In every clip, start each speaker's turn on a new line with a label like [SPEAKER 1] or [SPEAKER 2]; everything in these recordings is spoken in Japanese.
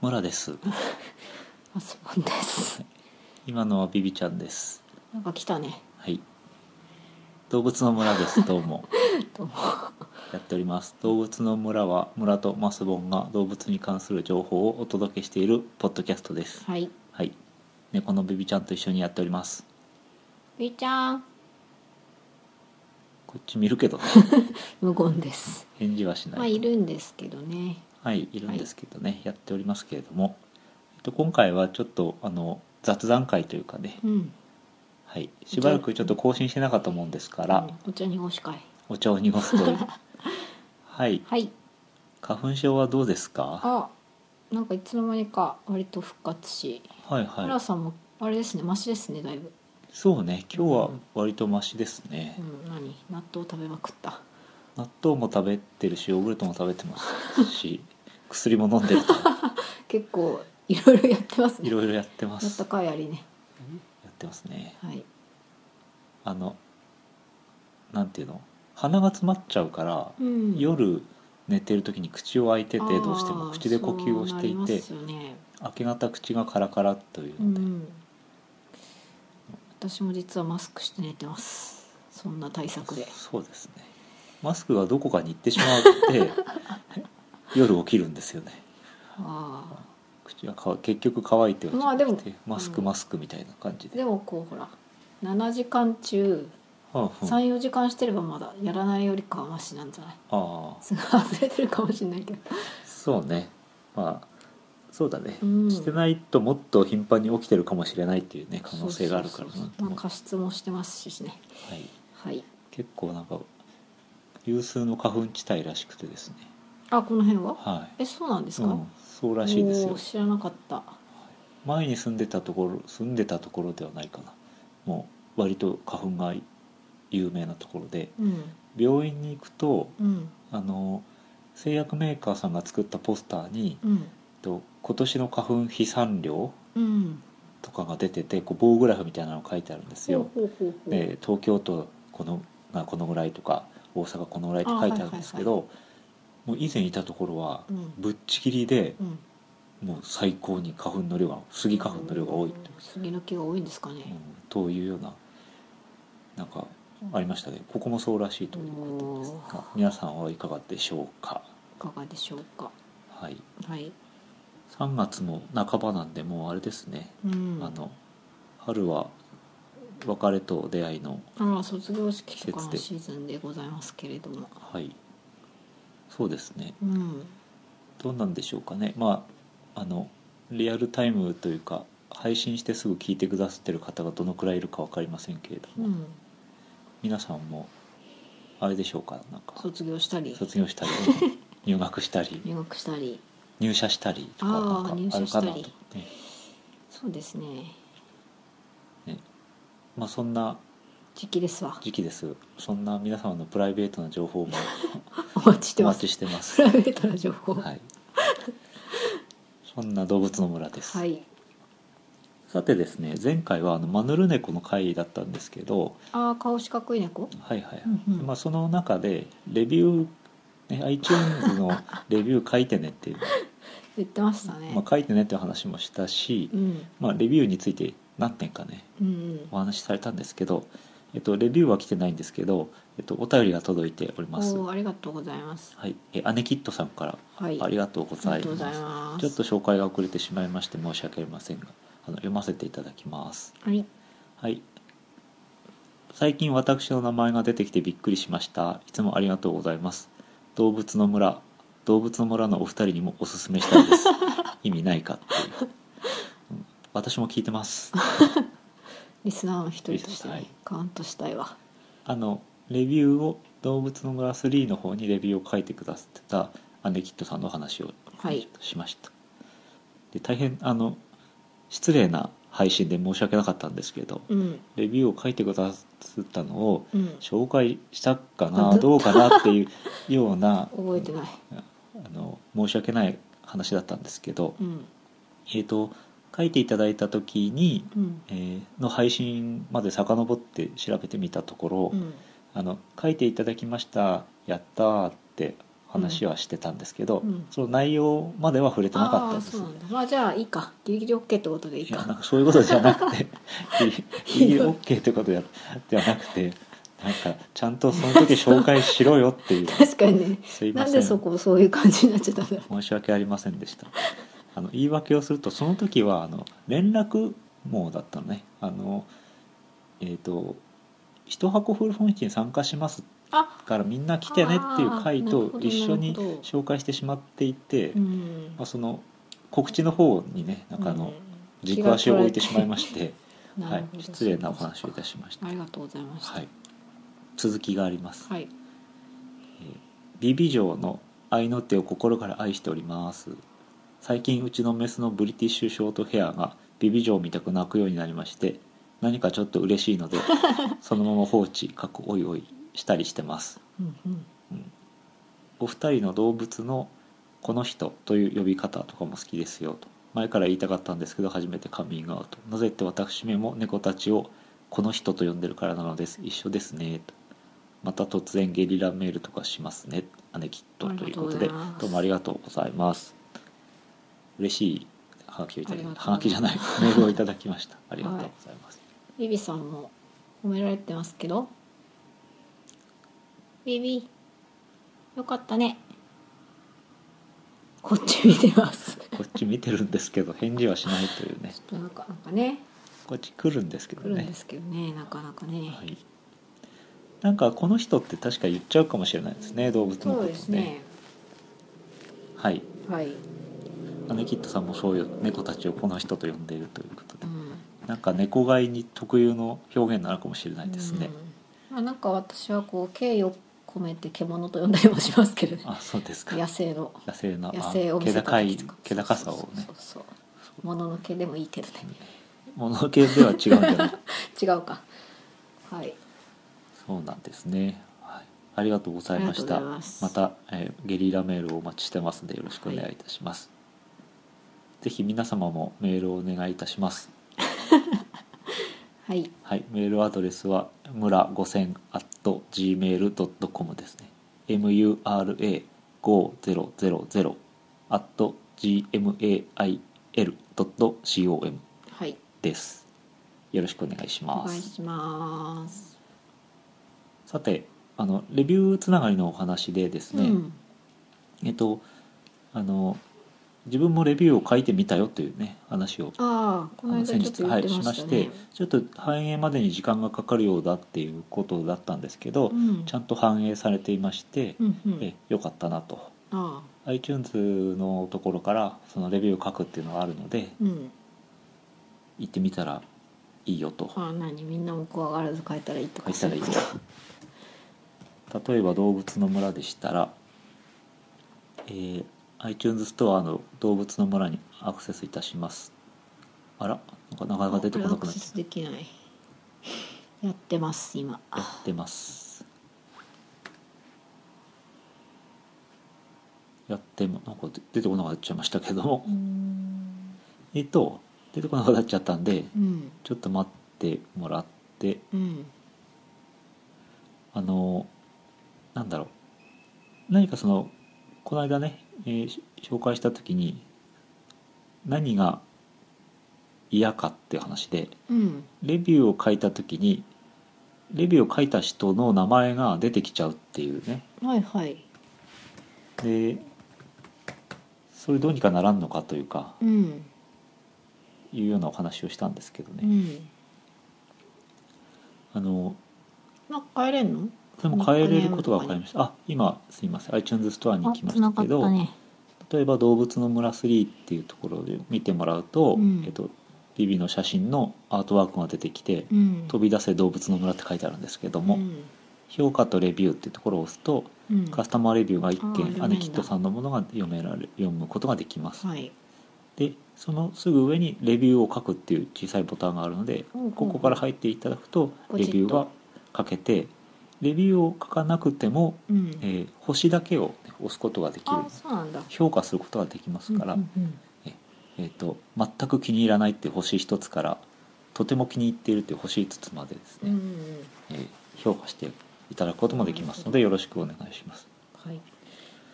[SPEAKER 1] 村です
[SPEAKER 2] マスボンです
[SPEAKER 1] 今のはビビちゃんです
[SPEAKER 2] なんか来たね
[SPEAKER 1] はい動物の村 ですどうも
[SPEAKER 2] どうも
[SPEAKER 1] やっております動物の村は村とマスボンが動物に関する情報をお届けしているポッドキャストです
[SPEAKER 2] はい
[SPEAKER 1] はい猫のビビちゃんと一緒にやっております
[SPEAKER 2] ゆいちゃん
[SPEAKER 1] こっち見るけ どね
[SPEAKER 2] 無言です
[SPEAKER 1] 返事はしない
[SPEAKER 2] まあいるんですけどね
[SPEAKER 1] はい、いるんですけどね、やっておりますけれども、えっと、今回はちょっとあの雑談会というかね、
[SPEAKER 2] うん
[SPEAKER 1] はい、しばらくちょっと更新してなかったもんですから、
[SPEAKER 2] うんお茶にごし会
[SPEAKER 1] お茶を濁す というはい
[SPEAKER 2] はい
[SPEAKER 1] 花粉症はどうですか
[SPEAKER 2] あなんかいつの間にか割と復活し
[SPEAKER 1] はい
[SPEAKER 2] 村、
[SPEAKER 1] はい
[SPEAKER 2] さんもあれですねマシですねだいぶ
[SPEAKER 1] そうね今日は割とマシですね、
[SPEAKER 2] うん何納豆食べまくった
[SPEAKER 1] 納豆も食べてるしヨーグルトも食べてます し薬も飲んでると
[SPEAKER 2] 結構いろいろやってます
[SPEAKER 1] い
[SPEAKER 2] ね
[SPEAKER 1] ろいろやってま
[SPEAKER 2] やっ
[SPEAKER 1] す
[SPEAKER 2] た
[SPEAKER 1] や
[SPEAKER 2] かいありね
[SPEAKER 1] ってますね
[SPEAKER 2] はい
[SPEAKER 1] あのなんていうの鼻が詰まっちゃうから
[SPEAKER 2] うん
[SPEAKER 1] 夜寝てる時に口を開いててどうしても口で呼吸をしてい
[SPEAKER 2] あーそうなりま
[SPEAKER 1] て
[SPEAKER 2] すよね
[SPEAKER 1] 明け方口がカラカラという
[SPEAKER 2] う
[SPEAKER 1] ので、
[SPEAKER 2] ん私も実はマスクして寝てますそんな対策で
[SPEAKER 1] そうですねマスクがどこかに行ってしまって 夜起きるんですよね
[SPEAKER 2] あ
[SPEAKER 1] 口がか結局乾いては
[SPEAKER 2] まあでも
[SPEAKER 1] マスク
[SPEAKER 2] うん
[SPEAKER 1] マスクみたいな感じ
[SPEAKER 2] ー
[SPEAKER 1] で、
[SPEAKER 2] でもこうほら7時間中
[SPEAKER 1] はあは
[SPEAKER 2] 34時間してればまだやらないよりかはマシなんじゃない
[SPEAKER 1] ああ
[SPEAKER 2] すぐ外れてるかもしれないけど
[SPEAKER 1] そうねまあそうだね、
[SPEAKER 2] うん
[SPEAKER 1] してないともっと頻繁に起きてるかもしれないっていうね可能性があるからな
[SPEAKER 2] そうそう
[SPEAKER 1] と
[SPEAKER 2] そう
[SPEAKER 1] 思
[SPEAKER 2] ま
[SPEAKER 1] っ
[SPEAKER 2] あ
[SPEAKER 1] て、
[SPEAKER 2] 加湿もしてますしね
[SPEAKER 1] はい、
[SPEAKER 2] はい
[SPEAKER 1] 結構なんか有数の花粉地帯らしくてですね
[SPEAKER 2] あこの辺は
[SPEAKER 1] はい
[SPEAKER 2] えそうなんですか、
[SPEAKER 1] うん、そうらしいです
[SPEAKER 2] お
[SPEAKER 1] よ
[SPEAKER 2] ー知らなかった
[SPEAKER 1] 前に住んでたところ住んでたところではないかなもう割と花粉が有名なところで
[SPEAKER 2] うん
[SPEAKER 1] 病院に行くと
[SPEAKER 2] うん
[SPEAKER 1] あの製薬メーカーさんが作ったポスターに
[SPEAKER 2] うん
[SPEAKER 1] と今年の花粉飛散量
[SPEAKER 2] うん
[SPEAKER 1] とかが出ててこう棒グラフみたいなのが書いてあるんですよ。
[SPEAKER 2] ほうほうほうほう
[SPEAKER 1] で東京都このがこのぐらいとか大阪このぐらいって書いてあるんですけど、もう以前いたところは
[SPEAKER 2] うん
[SPEAKER 1] ぶっちぎりで
[SPEAKER 2] うん
[SPEAKER 1] もう最高に花粉の量がスギ花粉の量が多いって
[SPEAKER 2] 杉の木が多いんですかね、
[SPEAKER 1] うんというようななんかありましたねここもそうらしいということです
[SPEAKER 2] おー
[SPEAKER 1] が皆さんはいかがでしょうか
[SPEAKER 2] いかがでしょうか
[SPEAKER 1] はい
[SPEAKER 2] はい、
[SPEAKER 1] 3月も半ばなんでもうあれですね、
[SPEAKER 2] うん、
[SPEAKER 1] あの春は別れと出会いの
[SPEAKER 2] ああ卒業式とか
[SPEAKER 1] 季節
[SPEAKER 2] の
[SPEAKER 1] で
[SPEAKER 2] シーズンでございますけれども
[SPEAKER 1] はいそうですね
[SPEAKER 2] うん
[SPEAKER 1] どうなんでしょうかねまああのリアルタイムというか配信してすぐ聞いてくださってる方がどのくらいいるか分かりませんけれど
[SPEAKER 2] う
[SPEAKER 1] も、
[SPEAKER 2] ん
[SPEAKER 1] 皆さんもあれでしょうかなんか
[SPEAKER 2] 卒業したり
[SPEAKER 1] 卒業したり 入学したり
[SPEAKER 2] 入学したり
[SPEAKER 1] 入社したりとか
[SPEAKER 2] あー
[SPEAKER 1] なんかあるかなと、
[SPEAKER 2] 入社
[SPEAKER 1] ね
[SPEAKER 2] しそうですね
[SPEAKER 1] まあ、そんな
[SPEAKER 2] 時期ですわ
[SPEAKER 1] 時期ですそんな皆様のプライベートな情報も
[SPEAKER 2] お待 ちし
[SPEAKER 1] お
[SPEAKER 2] てま
[SPEAKER 1] 待
[SPEAKER 2] す
[SPEAKER 1] ちしてま
[SPEAKER 2] プ
[SPEAKER 1] す
[SPEAKER 2] ライベートな情報
[SPEAKER 1] はいそんな動物の村です、
[SPEAKER 2] はい
[SPEAKER 1] さてですね前回はあのマヌルネコの会だったんですけど
[SPEAKER 2] ああ顔四角い猫
[SPEAKER 1] はいはいはい、
[SPEAKER 2] うんうん
[SPEAKER 1] まあ、その中でレビュー、ね、iTunes のレビュー書いてねっ ていう、
[SPEAKER 2] 言ってましたね、
[SPEAKER 1] まあ、書いてねっていう話もしたし
[SPEAKER 2] う、ん
[SPEAKER 1] まあ、レビューについて何点かね
[SPEAKER 2] うんうん
[SPEAKER 1] お話しされたんですけど、えっと、レビューは来てないんですけど、えっと、お便りが届いております。
[SPEAKER 2] おお
[SPEAKER 1] は
[SPEAKER 2] ありがとうございます
[SPEAKER 1] い、え姉キットさんから
[SPEAKER 2] はい
[SPEAKER 1] ありがとうござ
[SPEAKER 2] あ
[SPEAKER 1] い
[SPEAKER 2] りがとうご
[SPEAKER 1] ま
[SPEAKER 2] ざ
[SPEAKER 1] す。
[SPEAKER 2] いま
[SPEAKER 1] ち
[SPEAKER 2] す
[SPEAKER 1] ょっと紹介が遅れてしまいまして申し訳ありませんが、あの読ませていただきます。
[SPEAKER 2] はい
[SPEAKER 1] はい。最近私の名前が出てきてびっくりしました。いつもありがとうございます。動物の村、動物の村のお二人にもおすすめした いです。意味ないかっていう。うん私も聞いてます。
[SPEAKER 2] リスナーの一人として、ね
[SPEAKER 1] はい
[SPEAKER 2] カウントしたいわ
[SPEAKER 1] あのレビューを「動物の村3」の方にレビューを書いてくださってたアネキットさんのお話を
[SPEAKER 2] はい
[SPEAKER 1] しました、で大変あの失礼な配信で申し訳なかったんですけど
[SPEAKER 2] うん
[SPEAKER 1] レビューを書いてくださったのを
[SPEAKER 2] うん
[SPEAKER 1] 紹介したか
[SPEAKER 2] あ
[SPEAKER 1] な
[SPEAKER 2] ず
[SPEAKER 1] どうかなっていうような
[SPEAKER 2] 覚えてない
[SPEAKER 1] あの申し訳ない話だったんですけど、
[SPEAKER 2] うん
[SPEAKER 1] えー、と書いていただいた時に、
[SPEAKER 2] うん
[SPEAKER 1] えーの配信まで遡って調べてみたところ、
[SPEAKER 2] うん
[SPEAKER 1] あの書いていただきましたやったーって話はしてたんですけど、
[SPEAKER 2] うん
[SPEAKER 1] その内容までは触れてなかっ
[SPEAKER 2] あ
[SPEAKER 1] た
[SPEAKER 2] あ
[SPEAKER 1] ん
[SPEAKER 2] ー
[SPEAKER 1] です
[SPEAKER 2] そ
[SPEAKER 1] いう
[SPEAKER 2] なんだまあじゃあいいかギリギリ OK ってことでいい
[SPEAKER 1] やなん
[SPEAKER 2] か
[SPEAKER 1] かそういうことじゃなくて
[SPEAKER 2] ひどい
[SPEAKER 1] いい OK ってことやではなくてなんかちゃんとその時紹介しろよっていう
[SPEAKER 2] 確かにね
[SPEAKER 1] すいま
[SPEAKER 2] な
[SPEAKER 1] せ
[SPEAKER 2] ん
[SPEAKER 1] ん
[SPEAKER 2] でそこそういう感じになっちゃったんだろ
[SPEAKER 1] 申し訳ありませんでしたあの言い訳をするとその時はあの連絡網だったのねあのえっ、と「一箱フルフォン市に参加します
[SPEAKER 2] あ
[SPEAKER 1] からみんな来てね」っていう
[SPEAKER 2] あ
[SPEAKER 1] 回
[SPEAKER 2] ーなるほ
[SPEAKER 1] と
[SPEAKER 2] ど
[SPEAKER 1] 一緒に
[SPEAKER 2] なるほど
[SPEAKER 1] 紹介してしまっていて、
[SPEAKER 2] う
[SPEAKER 1] ま
[SPEAKER 2] ん
[SPEAKER 1] あ、その告知の方にねなんかあの
[SPEAKER 2] うん
[SPEAKER 1] 軸足を置いてしまいまして、
[SPEAKER 2] な
[SPEAKER 1] は
[SPEAKER 2] る
[SPEAKER 1] い
[SPEAKER 2] ほ、ど
[SPEAKER 1] 失礼なお話をいたしました、
[SPEAKER 2] ありがとうございました
[SPEAKER 1] はい、続きがあります、
[SPEAKER 2] はい
[SPEAKER 1] BB 城の愛の手を心から愛しております最近うちのメスのブリティッシュショートヘアが BB 城みたく泣くようになりまして何かちょっと嬉しい のでそのまま放置かっこおいおいしたりしてます
[SPEAKER 2] うんうん
[SPEAKER 1] お二人の動物のこの人という呼び方とかも好きですよと前から言いたかったんですけど初めてカミングアウトなぜって私めも猫たちをこの人と呼んでるからなのです一緒ですねとまた突然ゲリラメールとかしますね姉きっと
[SPEAKER 2] あり
[SPEAKER 1] と
[SPEAKER 2] が
[SPEAKER 1] いう
[SPEAKER 2] とう
[SPEAKER 1] こ
[SPEAKER 2] ご
[SPEAKER 1] と
[SPEAKER 2] ざい
[SPEAKER 1] で
[SPEAKER 2] ます
[SPEAKER 1] どうもありがとうございます嬉しいハガキをいただ
[SPEAKER 2] あり
[SPEAKER 1] き
[SPEAKER 2] がとうございます
[SPEAKER 1] ハガキじゃ ないメールをいただきましたありがとうございます、
[SPEAKER 2] ビビさんも褒められてますけどビビよかったねこっち見てます
[SPEAKER 1] こっち見てるんですけど返事はしないというね
[SPEAKER 2] ちょっとなんかなんかね
[SPEAKER 1] こっち来るんですけど
[SPEAKER 2] 来るん
[SPEAKER 1] ね
[SPEAKER 2] ですけどねなかなかね、
[SPEAKER 1] はい、なんかこの人って確か言っちゃうかもしれないですね動物のこ
[SPEAKER 2] そう
[SPEAKER 1] と
[SPEAKER 2] ですね
[SPEAKER 1] はい
[SPEAKER 2] はい、
[SPEAKER 1] アネキットさんもそうよ猫たちをこの人と呼んでいるということ
[SPEAKER 2] う
[SPEAKER 1] で
[SPEAKER 2] ん、
[SPEAKER 1] なんか猫飼いに特有の表現なのかもしれないですね、
[SPEAKER 2] うんまあ、なんか私はこう敬意を込めて獣と呼んだりもしますけどね
[SPEAKER 1] あそうですか
[SPEAKER 2] 野生の
[SPEAKER 1] 野生の
[SPEAKER 2] 野生を
[SPEAKER 1] あ
[SPEAKER 2] 見
[SPEAKER 1] 気
[SPEAKER 2] せた
[SPEAKER 1] 高
[SPEAKER 2] 時
[SPEAKER 1] い
[SPEAKER 2] とか
[SPEAKER 1] 気高さをね
[SPEAKER 2] そうそうそう物の毛でもいいけどね
[SPEAKER 1] 物系では違うんじゃない
[SPEAKER 2] 違うかはい
[SPEAKER 1] そうなんですね、はい、ありがとうございまし
[SPEAKER 2] あ
[SPEAKER 1] た
[SPEAKER 2] りがとうござい
[SPEAKER 1] ま
[SPEAKER 2] ます
[SPEAKER 1] た、えーゲリラメールをお待ちしてますのでよろしくお願いいたします、ぜひ皆様もメールをお願いいたします
[SPEAKER 2] はい
[SPEAKER 1] はい、メールアドレスは村5000 at gmail.com ですね。mura5000 at gmail.com
[SPEAKER 2] はい
[SPEAKER 1] です。よろしくお願いし
[SPEAKER 2] お
[SPEAKER 1] ま
[SPEAKER 2] 願い
[SPEAKER 1] す。
[SPEAKER 2] します、
[SPEAKER 1] さて、あの、レビューつながりのお話でですね、
[SPEAKER 2] うん
[SPEAKER 1] えっと、あの、自分もレビューを書いてみたよというね、話を
[SPEAKER 2] ああこ
[SPEAKER 1] あ
[SPEAKER 2] の
[SPEAKER 1] の
[SPEAKER 2] 間ちょ
[SPEAKER 1] 先
[SPEAKER 2] っ
[SPEAKER 1] 日、
[SPEAKER 2] と言
[SPEAKER 1] は
[SPEAKER 2] っ
[SPEAKER 1] い、
[SPEAKER 2] て
[SPEAKER 1] し
[SPEAKER 2] ま
[SPEAKER 1] ま
[SPEAKER 2] した
[SPEAKER 1] し
[SPEAKER 2] ね
[SPEAKER 1] て、ちょっと反映までに時間がかかるようだっていうことだったんですけど、
[SPEAKER 2] うん
[SPEAKER 1] ちゃんと反映されていまして、
[SPEAKER 2] うんうん
[SPEAKER 1] えよかったなと
[SPEAKER 2] ああ
[SPEAKER 1] iTunes のところからそのレビューを書くっていうのがあるので
[SPEAKER 2] うん
[SPEAKER 1] 行ってみたらいいよと
[SPEAKER 2] ああ何みんなも怖がらず変えたらいいとか
[SPEAKER 1] 書いたらいい
[SPEAKER 2] そういうこと
[SPEAKER 1] と例えば「動物の村」でしたら、えー iTunes ストアの「動物の村」にアクセスいたしますあらなんかなかなか出てこな
[SPEAKER 2] これ
[SPEAKER 1] く
[SPEAKER 2] ア
[SPEAKER 1] な
[SPEAKER 2] クセ
[SPEAKER 1] っちゃ
[SPEAKER 2] スできないやってます今
[SPEAKER 1] うやってますやってもなんか出てこなくなっちゃいましたけども
[SPEAKER 2] うーん
[SPEAKER 1] えっと出てこなくなっちゃったんで
[SPEAKER 2] うん
[SPEAKER 1] ちょっと待ってもらって
[SPEAKER 2] うん
[SPEAKER 1] あのなんだろう何かそのこの間ね、えーし紹介した時に何が嫌かっていう話で
[SPEAKER 2] うん
[SPEAKER 1] レビューを書いた時にレビューを書いた人の名前が出てきちゃうっていうね
[SPEAKER 2] はいはい
[SPEAKER 1] でそれどうにかならんのかというか
[SPEAKER 2] うん
[SPEAKER 1] いうようなお話をしたんですけど
[SPEAKER 2] う
[SPEAKER 1] ね、
[SPEAKER 2] ん
[SPEAKER 1] あの
[SPEAKER 2] なんか変えれんの
[SPEAKER 1] でも変えれることが分かりましたあ今すいません iTunes ストアに
[SPEAKER 2] あ
[SPEAKER 1] 行きま
[SPEAKER 2] つ
[SPEAKER 1] し
[SPEAKER 2] な
[SPEAKER 1] た
[SPEAKER 2] がっ
[SPEAKER 1] けど、
[SPEAKER 2] たね
[SPEAKER 1] 例えば「動物の村3」っていうところで見てもらうと、
[SPEAKER 2] うん
[SPEAKER 1] えっと、ビビの写真のアートワークが出てきて
[SPEAKER 2] うん
[SPEAKER 1] 「飛び出せ動物の村」って書いてあるんですけども、
[SPEAKER 2] うん
[SPEAKER 1] 評価とレビューっていうところを押すと
[SPEAKER 2] うん
[SPEAKER 1] カスタマーレビューが
[SPEAKER 2] あー
[SPEAKER 1] 1
[SPEAKER 2] 読めん
[SPEAKER 1] 件
[SPEAKER 2] だ
[SPEAKER 1] アネキットさんのものが読められ読むことができます、
[SPEAKER 2] はい
[SPEAKER 1] でそのすぐ上に「レビューを書く」っていう小さいボタンがあるので
[SPEAKER 2] うんうん
[SPEAKER 1] ここから入っていただくと
[SPEAKER 2] ポチ
[SPEAKER 1] レ
[SPEAKER 2] ッと
[SPEAKER 1] ビューが書けてレビューを書かなくても、
[SPEAKER 2] うん
[SPEAKER 1] えー星だけをね、押すことができる
[SPEAKER 2] あそうなんだ
[SPEAKER 1] 評価することができますから、
[SPEAKER 2] うんうんうん
[SPEAKER 1] えー、と全く気に入らないっていう星1つからとても気に入っているっていう星5つまでです
[SPEAKER 2] う
[SPEAKER 1] ね、
[SPEAKER 2] んうん
[SPEAKER 1] えー評価していただくこともできますのでよろしくお願いします
[SPEAKER 2] はい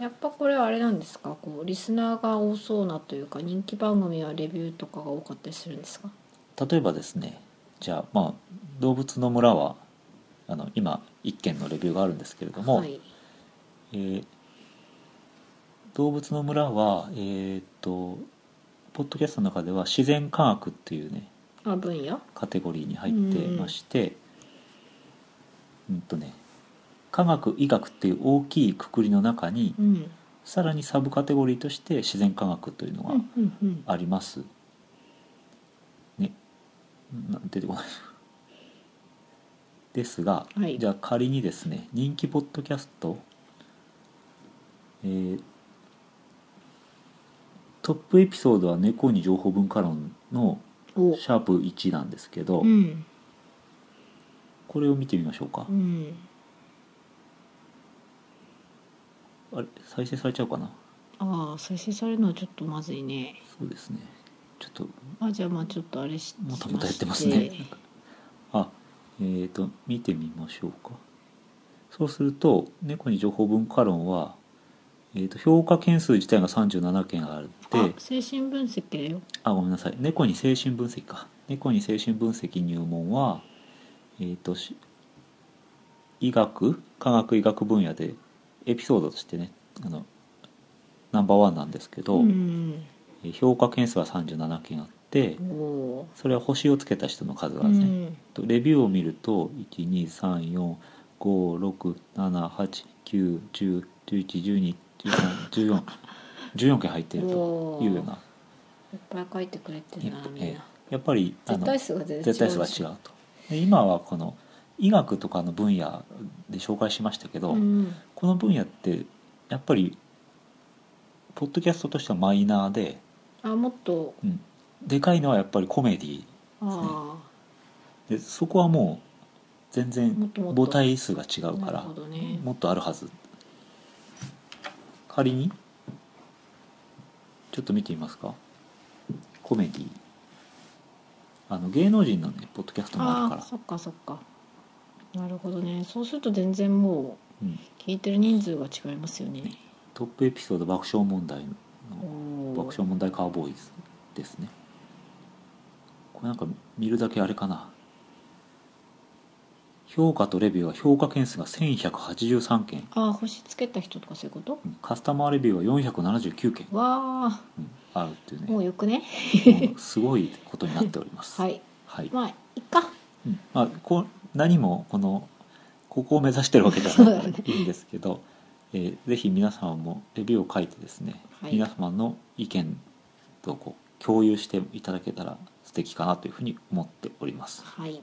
[SPEAKER 2] やっぱこれはあれなんですかこうリスナーが多そうなというか人気番組はレビューとかが多かったりするんですか
[SPEAKER 1] 例えばですねじゃあまあ動物の村はあの今1件のレビューがあるんですけれども、
[SPEAKER 2] はい
[SPEAKER 1] えー動物の村はえーっとポッドキャストの中では自然科学っていうね
[SPEAKER 2] あ分野
[SPEAKER 1] カテゴリーに入ってましてうんとね科学医学っていう大きいくくりの中に
[SPEAKER 2] うん
[SPEAKER 1] さらにサブカテゴリーとして自然科学というの
[SPEAKER 2] う
[SPEAKER 1] が
[SPEAKER 2] んうんうん
[SPEAKER 1] あります、ねな出てこないですが、
[SPEAKER 2] はい
[SPEAKER 1] じゃあ仮にですね人気ポッドキャスト、えートップエピソードは「猫に情報文化論」の
[SPEAKER 2] お
[SPEAKER 1] シャープ1なんですけど、
[SPEAKER 2] うん
[SPEAKER 1] これを見てみましょうか
[SPEAKER 2] う、ん
[SPEAKER 1] あれ再生されちゃうかな
[SPEAKER 2] ああ再生されるのはちょっとまずいね
[SPEAKER 1] そうですねちょっと
[SPEAKER 2] あじゃあまあちょっとあれし
[SPEAKER 1] もた
[SPEAKER 2] し
[SPEAKER 1] も
[SPEAKER 2] ま
[SPEAKER 1] たやっ
[SPEAKER 2] して
[SPEAKER 1] てますね。あ、えっ、と、見てみましょうか。そうすると、猫に情報文化論は、えっ、と、評価件数自体が37件ある
[SPEAKER 2] あ
[SPEAKER 1] で、
[SPEAKER 2] 精神分析だよ
[SPEAKER 1] あ、ごめんなさい。猫に精神分析か。猫に精神分析入門は、えっ、と、し医学、科学医学分野で、エピソードとしてね、あの、ナンバーワンなんですけど、
[SPEAKER 2] うん
[SPEAKER 1] えー評価件数は37件あって、
[SPEAKER 2] おお
[SPEAKER 1] それは星をつけた人の数
[SPEAKER 2] ー
[SPEAKER 1] が
[SPEAKER 2] う
[SPEAKER 1] ですね、
[SPEAKER 2] ん
[SPEAKER 1] とレビューを見ると1234567891011121314 14件入っているというようない
[SPEAKER 2] っぱい書いてくれて
[SPEAKER 1] え
[SPEAKER 2] るなみん
[SPEAKER 1] え
[SPEAKER 2] な
[SPEAKER 1] やっぱりあ
[SPEAKER 2] 絶
[SPEAKER 1] の
[SPEAKER 2] 対数が全然違う
[SPEAKER 1] 絶対数が違うとで今はこの医学とかの分野で紹介しましたけど、
[SPEAKER 2] うん
[SPEAKER 1] この分野ってやっぱりポッドキャストとしてはマイナーで、
[SPEAKER 2] あもっと
[SPEAKER 1] うん、でかいのはやっぱりコメディ
[SPEAKER 2] あ
[SPEAKER 1] でそこはもう全然
[SPEAKER 2] もっともっと
[SPEAKER 1] 母体数が違
[SPEAKER 2] あ
[SPEAKER 1] うか
[SPEAKER 2] なる
[SPEAKER 1] ら
[SPEAKER 2] ほどね
[SPEAKER 1] もっとあるはず仮にちょっと見てみますかコメディあの芸能人のねポッドキャストもあるか
[SPEAKER 2] あ
[SPEAKER 1] ら
[SPEAKER 2] あそっかそっかなるほどねそうすると全然も
[SPEAKER 1] うん
[SPEAKER 2] う聞いてる人数が違いますよね
[SPEAKER 1] トップエピソード爆笑問題の
[SPEAKER 2] お
[SPEAKER 1] 爆
[SPEAKER 2] ー
[SPEAKER 1] 笑問題カーボーイズですねこれなんか見るだけあれかな評価とレビューは評価件数が1183件
[SPEAKER 2] ああ星つけた人とかそういうこと
[SPEAKER 1] うんカスタマーレビューは479件、
[SPEAKER 2] わあ
[SPEAKER 1] うんあるっていうね
[SPEAKER 2] もうよくね
[SPEAKER 1] もうすごいことになっております
[SPEAKER 2] はい
[SPEAKER 1] はい
[SPEAKER 2] まあいっか
[SPEAKER 1] うんまあ、こう何もこのここを目指してるわけじゃ
[SPEAKER 2] そう
[SPEAKER 1] な
[SPEAKER 2] だ
[SPEAKER 1] い
[SPEAKER 2] ね
[SPEAKER 1] いいんですけど、えーぜひ皆さんもレビューを書いてですね、
[SPEAKER 2] はい
[SPEAKER 1] 皆様の意見とこう共有していただけたら素敵かなというふうに思っております
[SPEAKER 2] はい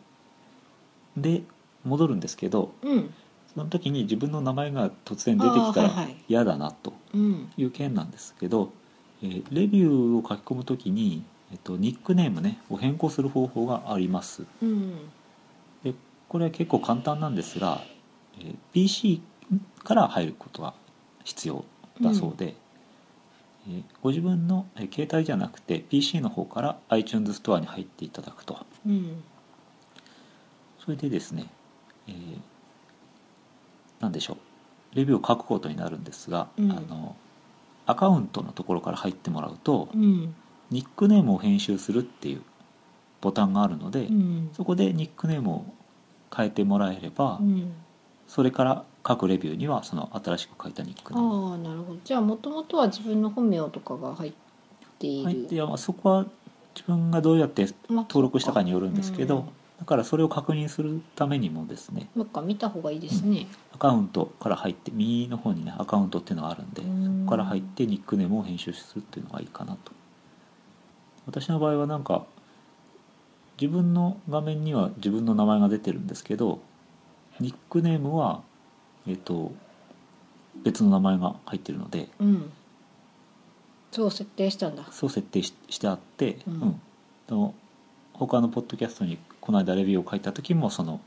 [SPEAKER 1] で戻るんですけど
[SPEAKER 2] うん
[SPEAKER 1] その時に自分の名前が突然出てきた
[SPEAKER 2] あーはい
[SPEAKER 1] ら
[SPEAKER 2] はい
[SPEAKER 1] 嫌だなと
[SPEAKER 2] うん
[SPEAKER 1] いう件なんですけど、えーレビューを書き込む時に、えっと、ニックネームねを変更する方法があります
[SPEAKER 2] うん
[SPEAKER 1] でこれは結構簡単なんですが、えー PC から入ることが必要だそうで、えーご自分のえー携帯じゃなくて PC の方から iTunes ストアに入っていただくと
[SPEAKER 2] うん
[SPEAKER 1] それでですね、えーなんでしょうレビューを書くことになるんですが、
[SPEAKER 2] うん
[SPEAKER 1] あのアカウントのところから入ってもらうと、
[SPEAKER 2] うん
[SPEAKER 1] ニックネームを編集するっていうボタンがあるので、
[SPEAKER 2] うん
[SPEAKER 1] そこでニックネームを変えてもらえれば、
[SPEAKER 2] うん
[SPEAKER 1] それから各レビューにはその新しく書いたニックネーム
[SPEAKER 2] ああなるほどじゃあもともとは自分の本名とかが入っている、
[SPEAKER 1] はいでまあそこは自分がどうやって
[SPEAKER 2] まあ
[SPEAKER 1] 登録したかによるんですけど、
[SPEAKER 2] うん
[SPEAKER 1] だからそれを確認するためにもですね
[SPEAKER 2] なんか見た方がいいですね、
[SPEAKER 1] アカウントから入って右の方にねアカウントっていうのがあるんで、
[SPEAKER 2] うん
[SPEAKER 1] そこから入ってニックネームを編集するっていうのがいいかなと私の場合はなんか自分の画面には自分の名前が出てるんですけどニックネームはえっ、と別の名前が入ってるので
[SPEAKER 2] うんそう設定したんだ
[SPEAKER 1] そう設定ししてあって、
[SPEAKER 2] うん
[SPEAKER 1] その他のポッドキャストにこの間レビューを書いた時もその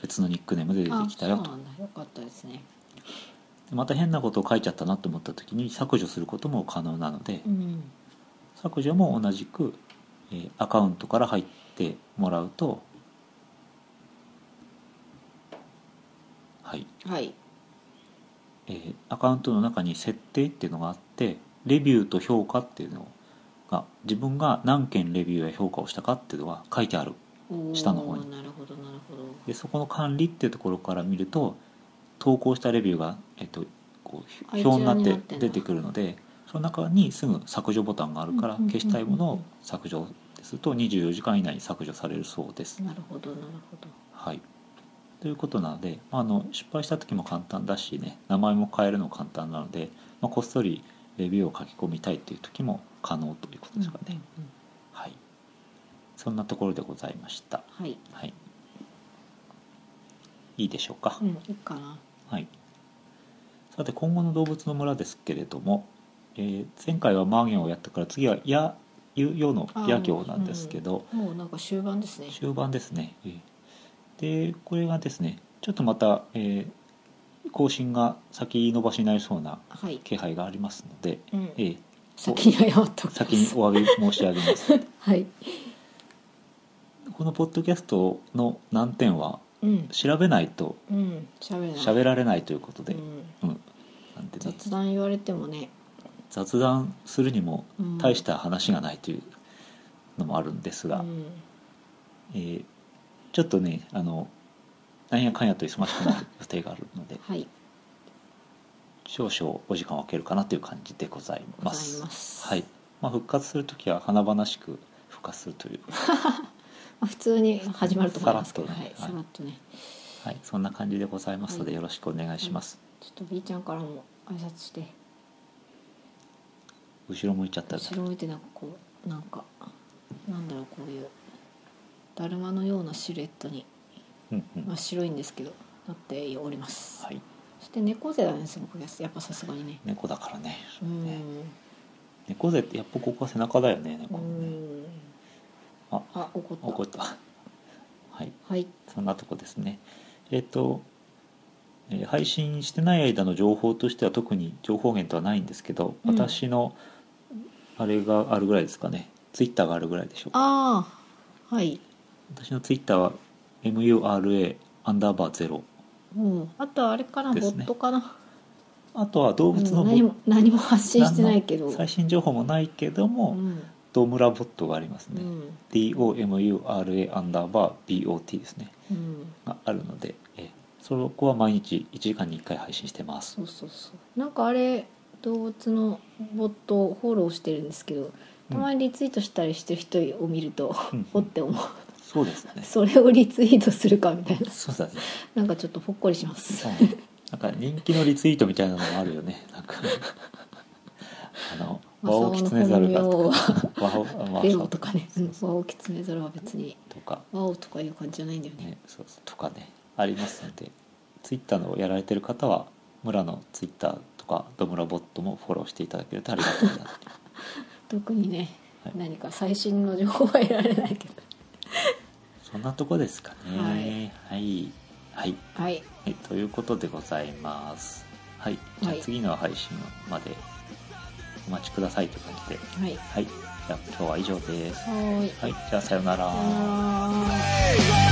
[SPEAKER 1] 別のニックネームで出てきたよ
[SPEAKER 2] あそ
[SPEAKER 1] と
[SPEAKER 2] うなんだよかったですね
[SPEAKER 1] また変なことを書いちゃったなと思った時に削除することも可能なので、
[SPEAKER 2] うん
[SPEAKER 1] 削除も同じく、えーアカウントから入ってもらうとはい
[SPEAKER 2] はい
[SPEAKER 1] えーアカウントの中に設定っていうのがあってレビューと評価っていうのが自分が何件レビューや評価をしたかっていうのが書いてある
[SPEAKER 2] おー
[SPEAKER 1] 下の方に
[SPEAKER 2] なるほどなるほど
[SPEAKER 1] でそこの管理っていうところから見ると投稿したレビューが、えっと、こ
[SPEAKER 2] あ
[SPEAKER 1] う表にな
[SPEAKER 2] 一覧
[SPEAKER 1] っ
[SPEAKER 2] に
[SPEAKER 1] て
[SPEAKER 2] なってんだ
[SPEAKER 1] 出てくるのでその中にすぐ削除ボタンがあるから
[SPEAKER 2] うんうんうんうん
[SPEAKER 1] 消したいものを削除ですると24時間以内に削除されるそうです。
[SPEAKER 2] なるほどなるほど
[SPEAKER 1] はい、ということなので、まあ、あの失敗した時も簡単だしね名前も変えるの簡単なので、まあ、こっそりレビューを書き込みたいっていう時も可能ということですかね。
[SPEAKER 2] うんうん
[SPEAKER 1] はい、そんなところでございました。
[SPEAKER 2] はい
[SPEAKER 1] はい、いいでしょうか、
[SPEAKER 2] うんいいかな
[SPEAKER 1] はい、さて今後の動物の村ですけれども、えー前回はマーゲンをやったから次はや「ゆ」「よ」の「や行」なんですけど、
[SPEAKER 2] もうなんか終盤ですね
[SPEAKER 1] 終盤ですね、えーでこれがですねちょっとまた、えー更新が先延ばしになりそうな
[SPEAKER 2] はい、
[SPEAKER 1] 気配がありますので、
[SPEAKER 2] うん
[SPEAKER 1] えー
[SPEAKER 2] 先に謝っときます
[SPEAKER 1] 先にお詫び申し上げます
[SPEAKER 2] はい
[SPEAKER 1] このポッドキャストの難点は
[SPEAKER 2] うん
[SPEAKER 1] 調べないと
[SPEAKER 2] うん喋れない
[SPEAKER 1] 喋られないということで
[SPEAKER 2] う、ん、
[SPEAKER 1] うん、なんてね
[SPEAKER 2] 雑談言われてもね
[SPEAKER 1] 雑談するにも
[SPEAKER 2] うん
[SPEAKER 1] 大した話がないというのもあるんですが、
[SPEAKER 2] うん
[SPEAKER 1] えーちょっとねあのなんやかんやと忙しくなる予定があるの で
[SPEAKER 2] はい
[SPEAKER 1] 少々お時間を空けるかなという感じでござい
[SPEAKER 2] ご
[SPEAKER 1] ま
[SPEAKER 2] ざい
[SPEAKER 1] す
[SPEAKER 2] ます
[SPEAKER 1] はい、まあ、復活する時は華々しく復活するという、
[SPEAKER 2] まあ普通に始まると思いますけど
[SPEAKER 1] さらっ
[SPEAKER 2] は
[SPEAKER 1] とね
[SPEAKER 2] いさらっとね
[SPEAKER 1] はい、そんな感じでございますの
[SPEAKER 2] は
[SPEAKER 1] で
[SPEAKER 2] い
[SPEAKER 1] よろしくお願いします、
[SPEAKER 2] ちょっと B ちゃんからも挨拶して
[SPEAKER 1] 後ろ向いちゃったら
[SPEAKER 2] 後ろ向いてなんかこうなんかなんだろうこういうだるまのようなシルエットに
[SPEAKER 1] うんうん
[SPEAKER 2] 真っ白いんですけどなっております、
[SPEAKER 1] はい
[SPEAKER 2] そして猫背だねすごくやすやっぱさすがにね
[SPEAKER 1] 猫だからね
[SPEAKER 2] うん
[SPEAKER 1] ね猫背ってやっぱここは背中だよね
[SPEAKER 2] う
[SPEAKER 1] 猫のね
[SPEAKER 2] ん
[SPEAKER 1] あ
[SPEAKER 2] あ怒った
[SPEAKER 1] 怒ったはい
[SPEAKER 2] はい
[SPEAKER 1] そんなとこですね。えっ、と、えー配信してない間の情報としては特に情報源とはないんですけど、
[SPEAKER 2] うん
[SPEAKER 1] 私のあれがあるぐらいですかね。ツイッターがあるぐらいでしょうか。
[SPEAKER 2] ああはい
[SPEAKER 1] 私のツイッターは MURA アンダーバーゼロ。
[SPEAKER 2] うんあとあれかな、
[SPEAKER 1] で
[SPEAKER 2] ボ
[SPEAKER 1] すね
[SPEAKER 2] ットかな、
[SPEAKER 1] あとは動
[SPEAKER 2] う
[SPEAKER 1] 物
[SPEAKER 2] ん、
[SPEAKER 1] の
[SPEAKER 2] 何も何も発信してないけど
[SPEAKER 1] 最新情報もないけど
[SPEAKER 2] う
[SPEAKER 1] も、
[SPEAKER 2] ん
[SPEAKER 1] ドムラボットがあります
[SPEAKER 2] う
[SPEAKER 1] ね。
[SPEAKER 2] ん
[SPEAKER 1] DOMURA アンダーバー BOT ですね。
[SPEAKER 2] うん
[SPEAKER 1] があるので、えーそこは毎日1時間に1回配信してます
[SPEAKER 2] そ。うそうそうなんかあれ動物のボットをフォローしてるんですけどたまにリツイートしたりしてる人を見ると、
[SPEAKER 1] うん
[SPEAKER 2] おって思う
[SPEAKER 1] そうですね。
[SPEAKER 2] それをリツイートするかみたいな
[SPEAKER 1] そうだね。
[SPEAKER 2] なんかちょっとほっこりします
[SPEAKER 1] うんなんか人気のリツイートみたいなのもあるよね。なんかあの
[SPEAKER 2] マ
[SPEAKER 1] ワ
[SPEAKER 2] サ
[SPEAKER 1] オ
[SPEAKER 2] オ
[SPEAKER 1] キ
[SPEAKER 2] の
[SPEAKER 1] ツネザ
[SPEAKER 2] 本
[SPEAKER 1] ル
[SPEAKER 2] 名
[SPEAKER 1] がと
[SPEAKER 2] は
[SPEAKER 1] か、ワオマ
[SPEAKER 2] レ
[SPEAKER 1] サ
[SPEAKER 2] オ
[SPEAKER 1] オ
[SPEAKER 2] と
[SPEAKER 1] と
[SPEAKER 2] かね
[SPEAKER 1] そうそ
[SPEAKER 2] ワオキツネザルは別に
[SPEAKER 1] か
[SPEAKER 2] ワオとかいう感じじゃないんだよね
[SPEAKER 1] ね、そうそうとかねありますので、ツイッターのやられてる方は村のツイッターとかドムラボットもフォローしていただけるとありがたいなと。
[SPEAKER 2] 特にね、
[SPEAKER 1] はい
[SPEAKER 2] 何か最新の情報は得られないけど
[SPEAKER 1] そんなとこですかね。はいはい、
[SPEAKER 2] はい
[SPEAKER 1] えということでございます。はい、じゃあ
[SPEAKER 2] はい
[SPEAKER 1] 次の配信までお待ちくださいという感じで。
[SPEAKER 2] はい
[SPEAKER 1] はい、じゃあ今日は以上です。
[SPEAKER 2] はーい
[SPEAKER 1] はい、じゃあさようなら。
[SPEAKER 2] さよなら
[SPEAKER 3] Hey!